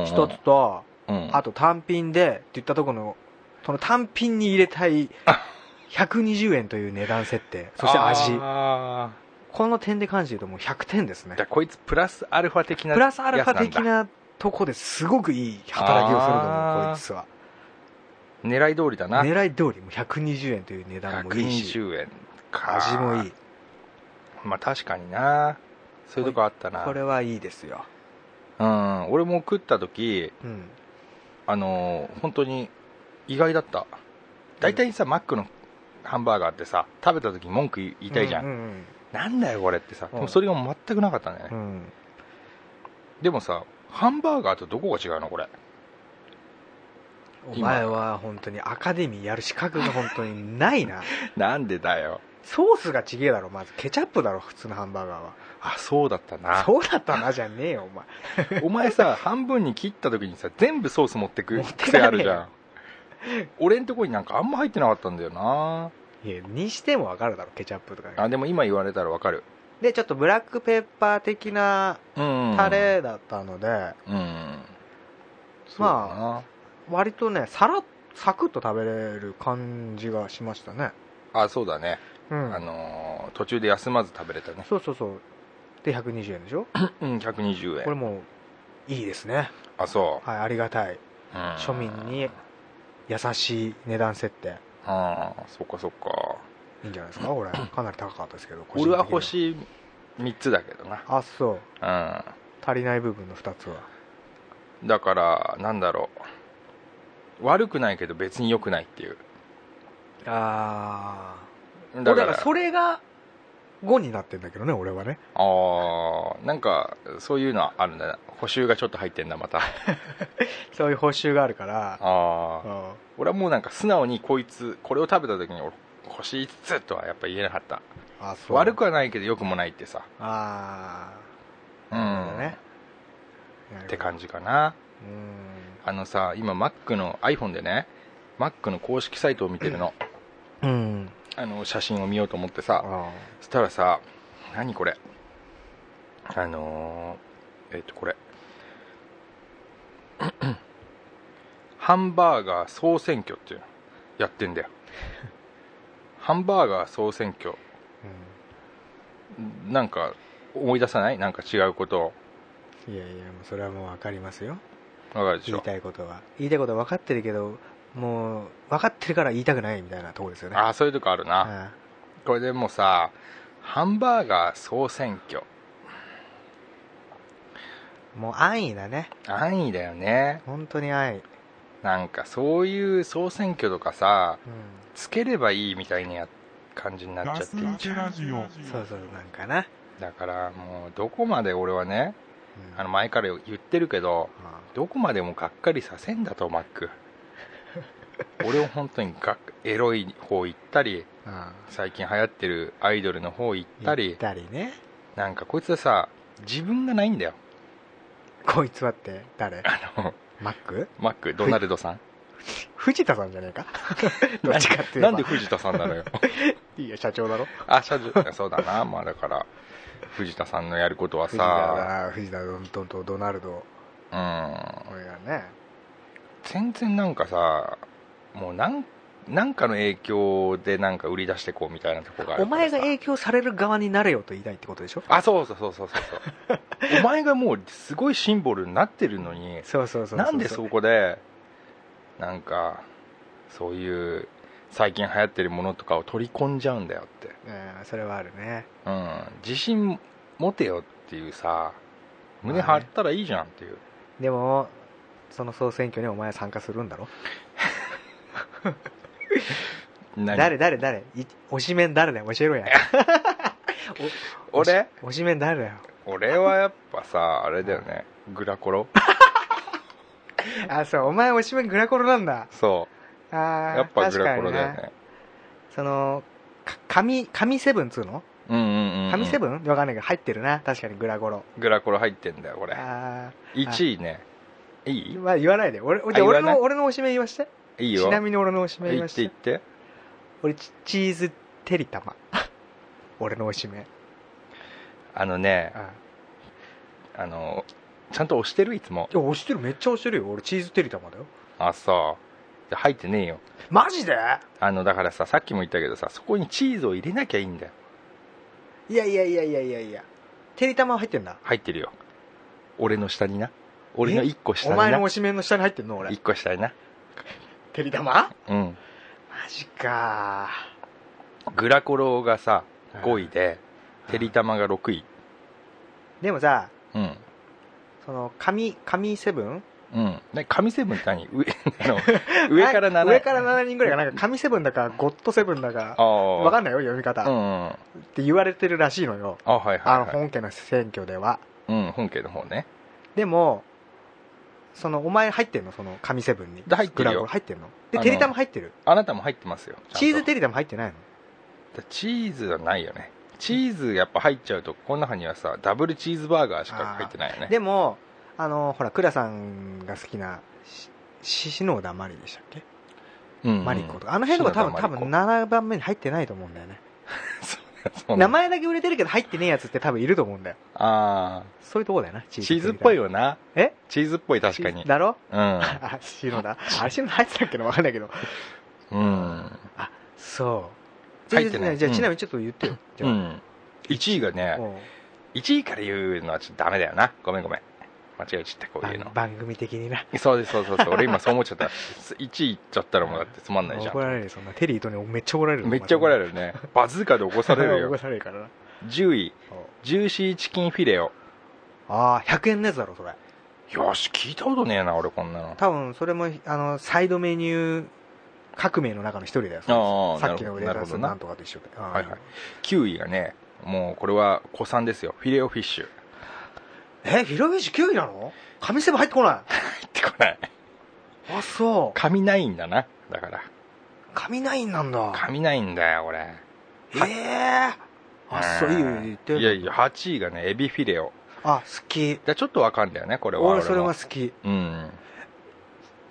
一つ、とうんうん、あと単品でっていったところのその単品に入れたい120円という値段設定そして味あこの点で関して言うともう100点ですねーじゃあこいつプラスアルファ的なプラスアルファやつ的んだなとこですごくいい働きをすると思うあーこいつは狙い通りだな、狙い通りもう120円という値段もいいし120円か味もいいまあ確かになそういうとこあったなこれはいいですよ、うん俺も食った時うん、あのー本当に意外だった大体さ、マックのハンバーガーってさ食べた時文句言いたいじゃん、うんうんなんだよこれってさうんでもそれが全くなかったんだようね、んうんでもさハンバーガーとどこが違うのこれお前は本当にアカデミーやる資格が本当にないななんでだよソースがちげえだろまずケチャップだろ普通のハンバーガーはあそうだったなそうだったなじゃねえよお前 お前さ半分に切った時にさ全部ソース持ってく持ってかねえ癖あるじゃん俺んとこになんかあんま入ってなかったんだよないやにしてもわかるだろケチャップとかあでも今言われたらわかるでちょっとブラックペッパー的なうんタレだったので、うんそうだなま割とねさらサクッと食べれる感じがしましたねあそうだね、うんあのー途中で休まず食べれたねそうそうそうで120円でしょうん120円これもういいですねあそ、はいありがたいううん庶民に優しい値段設定ああそっかそっかいいんじゃないですかこれかなり高かったですけど俺は欲いしい3つだけどあそうな足りない部分の2つはうんだからなんだろう悪くないけど別に良くないっていうあだだからそれが5になってんだけどね俺はねああなんかそういうのはあるんだな補修がちょっと入ってんだまたあそういう報酬があるからあうーん俺はもうなんか素直にこいつこれを食べた時に俺欲しいっつとはやっぱ言えなかったあそう悪くはないけど良くもないってさあうあなるほん、どねって感じじかなうんあのさ今 Mac の iPhone でね Mac の公式サイトを見て るのうんあの写真を見ようと思ってさあそしたらさ何これあのーえっとこれ ハンバーガー総選挙っていうのやってんだ よハンバーガー総選挙なんか思い出さないなんか違うことをうんいやいやもうそれはもう分かりますよわかるでし言いょたいことは言いたいことは分かってるけどもう分かってるから言いたくないみたいなとこですよねああそういうとこあるな、あこれでもさハンバーガー総選挙もう安易だね安易だよね本当に安易、なんかそういう総選挙とかさうつければいいみたいな感じになっちゃガってスる抜じけゃんラジオ。ん、そうそうなんかな、だからもうどこまで俺はねうんあの前から言ってるけどあどこまでもがっかりさせんだとマック俺を本当にがっエロい方行ったりあ最近流行ってるアイドルの方行った行りったりねなんかこいつはさ自分がないんだよこいつはって誰あのマックマックドナルドさん藤田さんじゃねえかどっちかっていうなんで藤田さんなのよいいや社長だろあ社長そうだなまあだから藤田さんのやることは藤田さだ藤田どんどんとドナルドうんこれがね全然なんかさもうなんなんかの影響でなんか売り出してこうみたいなとこがあるお前が影響響される側になれよと言いたいってことでしょあそうそうそうそうそう そうお前がもうすごいシンボルになってるのにそうそうそうなんでそこでなんかそういう最近流行ってるものとかを取り込んじゃうんだよってうんそれはあるねうん自信持てよっていうさ胸張ったらいいじゃんっていう、でもその総選挙にお前は参加するんだろ何誰誰誰い推しメン誰だよ教えろや俺推しメン誰だよ俺はやっぱさあれだよねグラコロあそうお前推しメングラコロなんだそあうーやっぱグラコロだよ確かになねそのか紙紙セブンっつうのうんうんうんうん紙セブンわかんないけど入ってるな確かにグラゴログラコロ入ってんだよこれあ1位ねいいーまあ言わないで俺じゃああ言俺わないの俺のおしめ言わしていいよちなみに俺のおしめ言言わっして言てって俺チチーズてりたま 俺のおしめあのねああのちゃんと押してるいつもいや押してるめっちゃ押してるよ俺チーズてりたまだよあそうで入ってねえよマジであのだからささっきも言ったけどさそこにチーズを入れなきゃいいんだよいやいやいやいやいやいやてりたまは入ってんだ入ってるよ俺の下にな俺の1個下おに前のなおしめの下に入ってんの俺1個下になてりたまうんマジかグラコロがさうん5位でてりたまが6位でもさうんその紙紙セブンうんね紙セブンって何上あ の上から7上から7人ぐらいがなんか神セブンだかゴッドセブンだかああわかんないよ読み方、うっんうんて言われてるらしいのよあはいあはのい、はい、本家の選挙ではうん本家の方ねでもそのお前入ってんのその神セブンにで入ってグるラゴルよ入ってんのあでのてりたま入ってるあなたも入ってますよちゃんとチーズてりたま入ってないのチーズはないよねチーズやっぱ入っちゃうとこの中にはさダブルチーズバーガーしか入ってないよねでもあのほら倉さんが好きなしし篠田麻里でしたっけ、うんうんマリコとかあの辺とか多分篠多田麻里子分7番目に入ってないと思うんだよねそうね名前だけ売れてるけど入ってねえやつって多分いると思うんだよあそういうとこだよなあチーズチーズっぽいよよなえチーズっぽい確かにだろうんあ篠田あれ篠田入ってたっけな分かんないけど うん、そう入ってないじゃあうんちなみにちょっと言ってよじうゃん、1位があねも1位から言うのはちょっとダメだよなごめんごめん間違えちゃったこうういう番の番組的になそうですそうそうそう俺今そう思っちゃった1位いっちゃったらもうだってつまんないじゃ怒らんれるそんなテリーとねめっちゃ怒られるめっちゃ怒らるれるね バズーカで起こされる 怒よられるからな10位おうジューシーチキンフィレオああ100円のやつだろそれよし聞いたことねえな俺こんなの多分それもあのサイドメニュー革命の中の一人だよああさっきの売れなるたほスどななんとかと一緒ではいはい9位がねもうこれは古参ですよフィレオフィッシュ入えヒロミシ9位なの紙セブン入ってこなってこないいあそう紙ないんだなだから紙ナインなんだ紙ないんだよこれええあそういいよいいよ言っていやいや8位がねエビフィレオあ好きだちょっとわかんだよねこれは俺それのは好きうん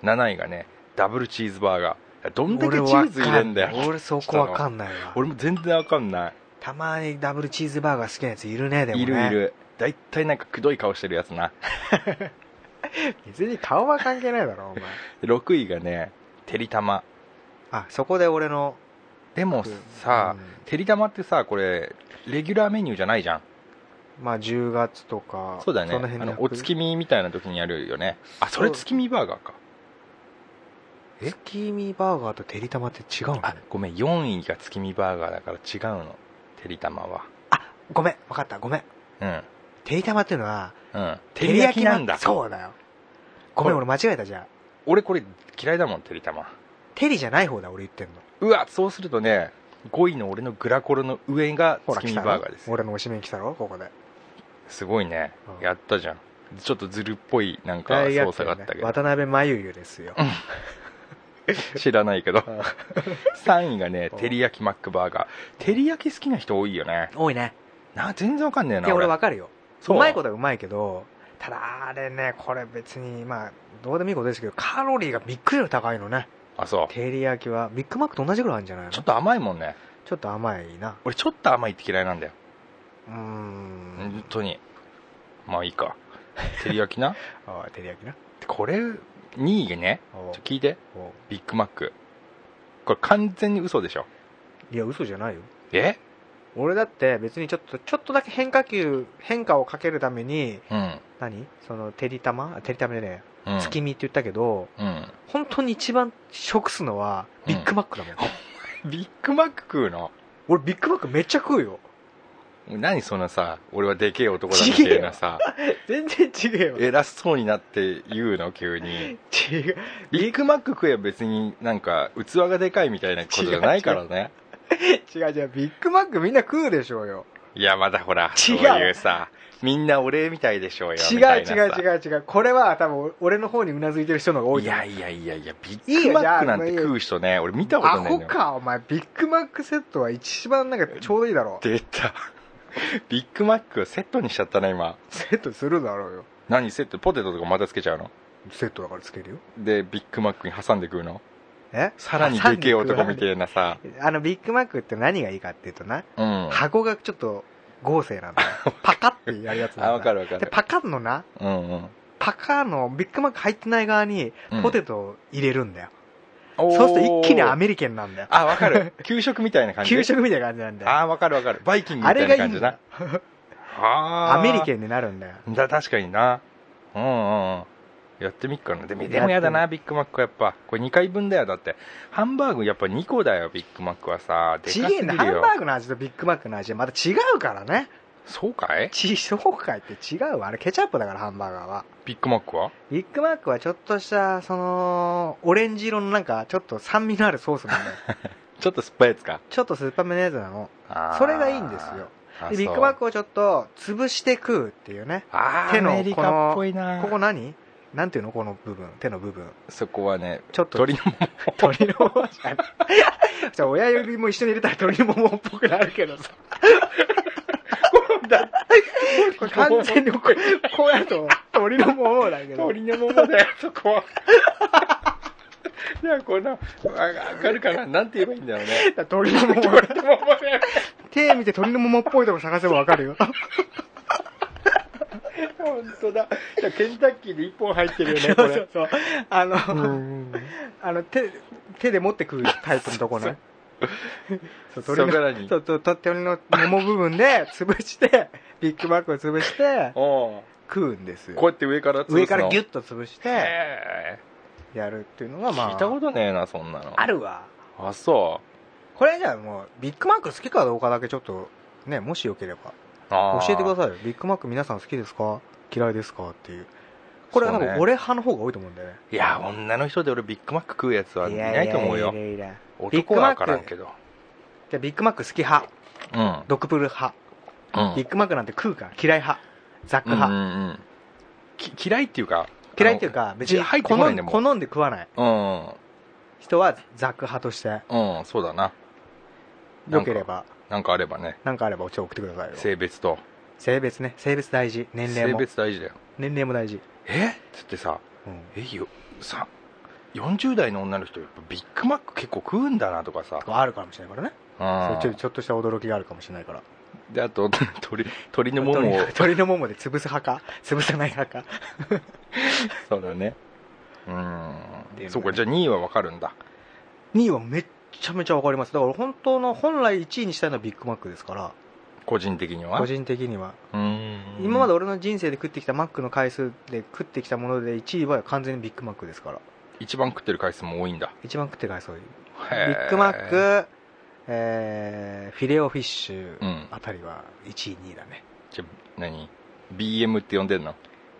7位がねダブルチーズバーガーどんだけチ俺ーズ入れんだわかんよ俺そこわかんないわ俺も全然わかんなたまにダブルチーズバーガー好きなやついるねでもいねいるいる大体なんかくどい顔してるやつな別に顔は関係ないだろお前6位がねてりたまあそこで俺のでもさうんてりたまってさこれレギュラーメニューじゃないじゃんまあ10月とかそうだよねの辺あでのお月見みたいな時にやるよねあそそれう月見バーガーか月見バーガーとてりたまって違うのあごめん4位が月見バーガーだから違うのてりたまはごめん分かったごめんうんてりたまっていうのはうん照り焼きなんだそうだよごめんこ俺間違えたじゃあ俺これ嫌いだもんてりたまてりじゃない方だ俺言ってんのうわそうするとね5位の俺のグラコロの上がほら月見来たバーろガーですよ俺のおしめに来たろここですごいねうんやったじゃんちょっとずるっぽいなんか操作があったけど渡辺真由由ですよ知らないけ ど3位がねうん照り焼きマックバーガー照り焼き好きな 人多いよね多いねな全然わかんねえいなや俺わかるようそうまいことはうまいけどただあれねこれ別にまあどうでもいいことですけどカロリーがびっくりより高いのねあそう照り焼きはビッグマックと同じぐらいあるんじゃないのちょっと甘いもんねちょっと甘いな俺ちょっと甘いって嫌いなんだようーん本当にまあいいか照り焼きな ああ照り焼きなこれ2位がねおうちょ聞いておうビッグマックこれ完全に嘘でしょいや嘘じゃないよえ俺だって別にちょっとちょっとだけ変化球変化をかけるためにうん、何その照り玉あ照り玉でねうん、月見って言ったけどうん本当に一番食すのはビッグマックだもん、ビッグマック食うの俺ビッグマックめっちゃ食うよ何そのさ俺はでけえ男だみたいなさ全然違えよ偉そうになって言うの急 に違うビッグマック食えば別になんか器がでかいみたいなことじゃないからね違う違うビッグマックみんな食うでしょうよいやまだほら違そうういうさみんなお礼みたいでしょうよ違うみたいなさ違う違う違うこれは多分俺の方にうなずいてる人の方が多いいと思うやいやいやいやビいッいよグマッじゃあクなんて食う人ね俺見たことアないのホよかお前ビッグマックセットは一番なんかちょうどいいだろ出たビッグマックセットにしちゃったね今セットするだろうよ何セットポテトとかまたつけちゃうのセットだからつけるよでビッグマックに挟んで食うのえさらにでけえ男みてえなさあのビッグマックって何がいいかっていうとな、うん箱がちょっと合成なん だよパカってやるやつなんだあ分かる分かでるパカのなうんうんパカのビッグマック入ってない側にうんポテトを入れるんだよ、おーそうすると一気にアメリケンなんだよあ分かる給食みたいな感じ給食みたいな感じなんだよあ分かる分かるバイキングみたあれいながい感いんじだなよはあアメリケンになるんだよだ確かになうんうんうんやってみっかなでもでもやだなビッグマックはやっぱこれ2回分だよだってハンバーグやっぱ2個だよビッグマックはさでちかげすえぎなるハンよバーグの味とビッグマックの味はまた違うからねそうかい地紹介って違うわあれケチャップだからハンバーガーはビッグマックはビッグマックはちょっとしたそのオレンジ色のなんかちょっと酸味のあるソース なんだよちょっと酸っぱいやつかちょっと酸っぱめのやつなのあーそれがいいんですよあでビッグマッそうクをちょっと潰して食うっていうねあ手手ののアメリカっぽいなここ何なんていうのこの部分手の部分そこはねちょっと鳥の鳥のももじゃない じゃあ親指も一緒に入れたら鳥のももっぽくなるけどさこれ完全にこうこうやると鳥のももだけど鳥のももだよそこは じゃあこんな上がるかななんて言えばいいんだろうね鳥のもも鳥のももだよ手見て鳥のももっぽいとこ探せばわかるよ本当だいやケンタッキーで1本入ってるよそねうこそれうそうあの、うんあの手手で持ってくるタイプのとこね そうそ鳥このらにそうそうと鳥のもも部分で潰してビッグマックを潰しておう食うんですこうよやって上から潰すの上からギュッッと潰しててやるっていうのがまあ聞いたことねえなそんなのあるわあそうこれじゃあもうビッグマック好きかどうかだけちょっとねもしよければあー教えてくださいよビッグマック皆さん好きですか嫌いですかっていうこれはなんそうかね俺派の方が多いと思うんだよねいや女の人で俺ビッグマック食うやつはいないと思うよやいやいやいやビッ男グマはッ分かクらんけどじゃあビッグマック好き派うんうんドクプル派ビッグマックなんて食うか嫌い派ザックうんう派、んうんき嫌いっていうか嫌いっていうかか別に入って好こないんねもう好んで食わないうん人はザック派としてうんそうだなよければなんかあればねなんかあればお茶送ってくださいよ性別と性別ね性別大事年齢性も別大事だよ年齢も大事、えっつってさうんえよさ40代の女の人やっぱビッグマック結構食うんだなとかさ、あるかもしれないからねうんそうちょちょっとした驚きがあるかもしれないからであと 鳥鳥のももを鳥鳥のももで潰す派か潰さない派かそうだねうていうのんがそうかじゃあ2位は分かるんだ2位はめっちゃめちゃ分かりますだから本当の本来1位にしたいのはビッグマックですから個人的には個人的にはうん今まで俺の人生で食ってきたマックの回数で食ってきたもので1位は完全にビッグマックですから一番食ってる回数も多いんだ一番食ってる回数多いへビーッグマック、えーフィレオフィッシュうんあたりは1位2位だねじゃあ何 BM って呼んでんの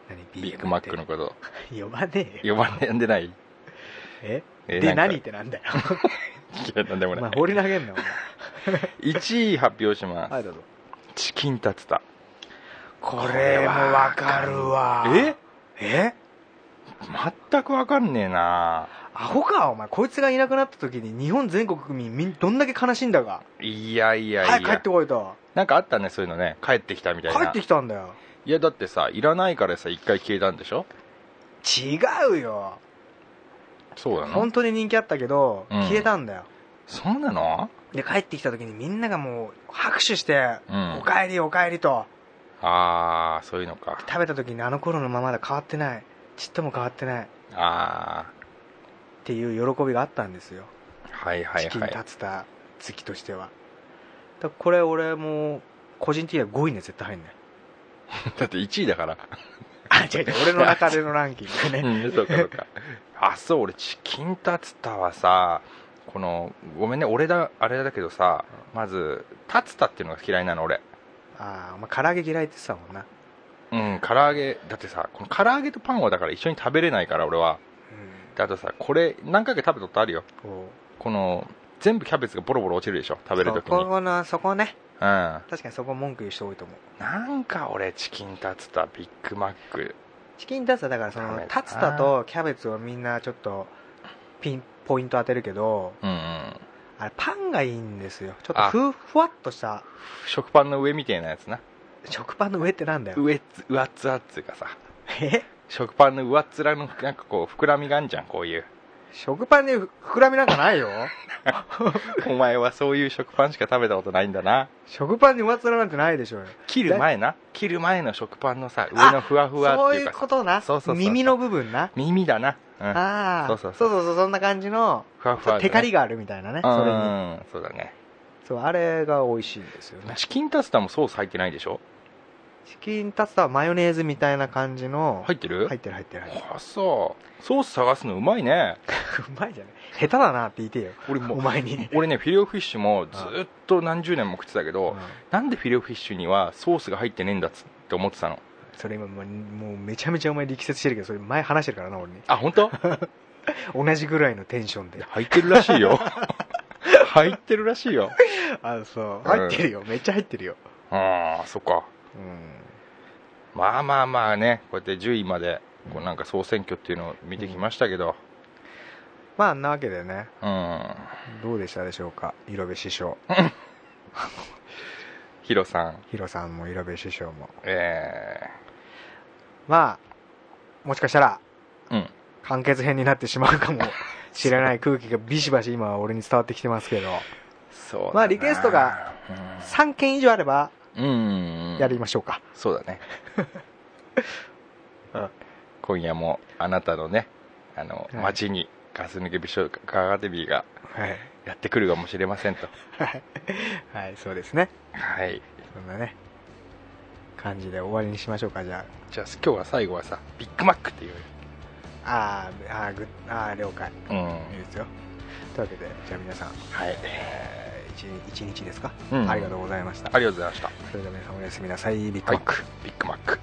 何ビッグマックのこと呼ばねえよ呼ばれ呼んでないええでなん何っかてなんだよいやなんでもおな前い放り投げんなお前 1位発表します、はいどうぞチキンタツタこれれももわわかかるるわわえ全く分かんねえなアホかお前こいつがいなくなった時に日本全国民みんどんだけ悲しんだかいやいやいや、早く帰ってこいとなんかあったねそういうのね帰ってきたみたいな帰ってきたんだよいやだってさいらないからさ一回消えたんでしょ違うよそうなの本当に人気あったけど、うん消えたんだよそうなので帰ってきた時にみんながもう拍手して「うんおかえりおかえり」とああそういうのか食べた時にあの頃のままだ変わってないちっとも変わってないっあていう喜びがあったんですよあはいはいチキンはタいツタ好きとしてはだからこれ俺も個人的には5位には絶対入んないだって1位だ からあ違う違う 俺の中でのランキングねうんそうかそうかあそう俺チキンタツタはさこのごめんね俺だあれだけどさまずタツタっていうのが嫌いなの俺ああお前唐揚げ嫌いって言ってたもんな、うん唐揚げだってさこの唐揚げとパンはだから一緒に食べれないから俺はであとさこれ何回か食べたことあるようん、ここの全部キャベツがボロボロ落ちるでしょ食べるときにそうこのそこねんな確かにそこ文句言う人多いと思うんか俺チキンタツタビッグマックチキンタツタだからそダメのだなタツタとキャベツをみんなちょっとピンポイント当てるけどうんうんあれパンがいいんですよちょっとあふふわっとした食パンの上みたいなやつな食パンの上ってなんだよ上っつ上っ面っつうかさえ食パンの上っ面のなんかこう膨らみがあんじゃんこういう食パンにふ膨らみなんかな いよお前はそういう食パンしか食べたことないんだな食パンに上っ面なんてないでしょうよ切る前な切る前の食パンのさ上のふわふわっそうていいううかさことなそうそうそうそう耳の部分な耳だな、うん、ああそうそうそうそうそうそんな感じのふわふわだねテカリがあるみたいなねそれにうんそうだねそうあれが美味しいんですよねチキンタツタもソース入ってないでしょチキンタツタはマヨネーズみたいな感じの入ってる入ってる入ってる入ってるあそうソース探すのうまいねうまいじゃない下手だなって言ってよ俺 もお前に俺ねフィレオフィッシュもずっと何十年も食ってたけうんどなんでフィレオフィッシュにはソースが入ってねえんだっつって思ってたのそれ今もうもうめちゃめちゃお前力説してるけどそれ前話してるからな俺にあ本当同じぐらいのテンションで入ってるらしいよ入ってるらしいよあそううん入ってるよめっちゃ入ってるよああそっかうんまあまあまあねこうやって10位までこうなんか総選挙っていうのを見てきましたけどまああんなわけでねうんどうでしたでしょうか色部師匠ヒロさんヒロさんも色部師匠もえまあもしかしたらえうん完結編になってしま うかもしれない空気がビシバシ今は俺に伝わってきてますけどそうだなまあリクエストが3件以上あればうんうんやりましょうか、そうだねうん今夜もあなたのねあのい街にガス抜け美少女カガテビーがはいやってくるかもしれませんとはいはいそうですねはいそんなね感じで終わりにしましょうかじゃじゃあ今日は最後はさビッグマックっていうああーあーぐあー了解うんいいですよというわけでじゃあ皆さん、はいえー、一日一日ですか、うんありがとうございましたありがとうございましたそれでは皆さんおやすみなさいビッグマック、ビッグマック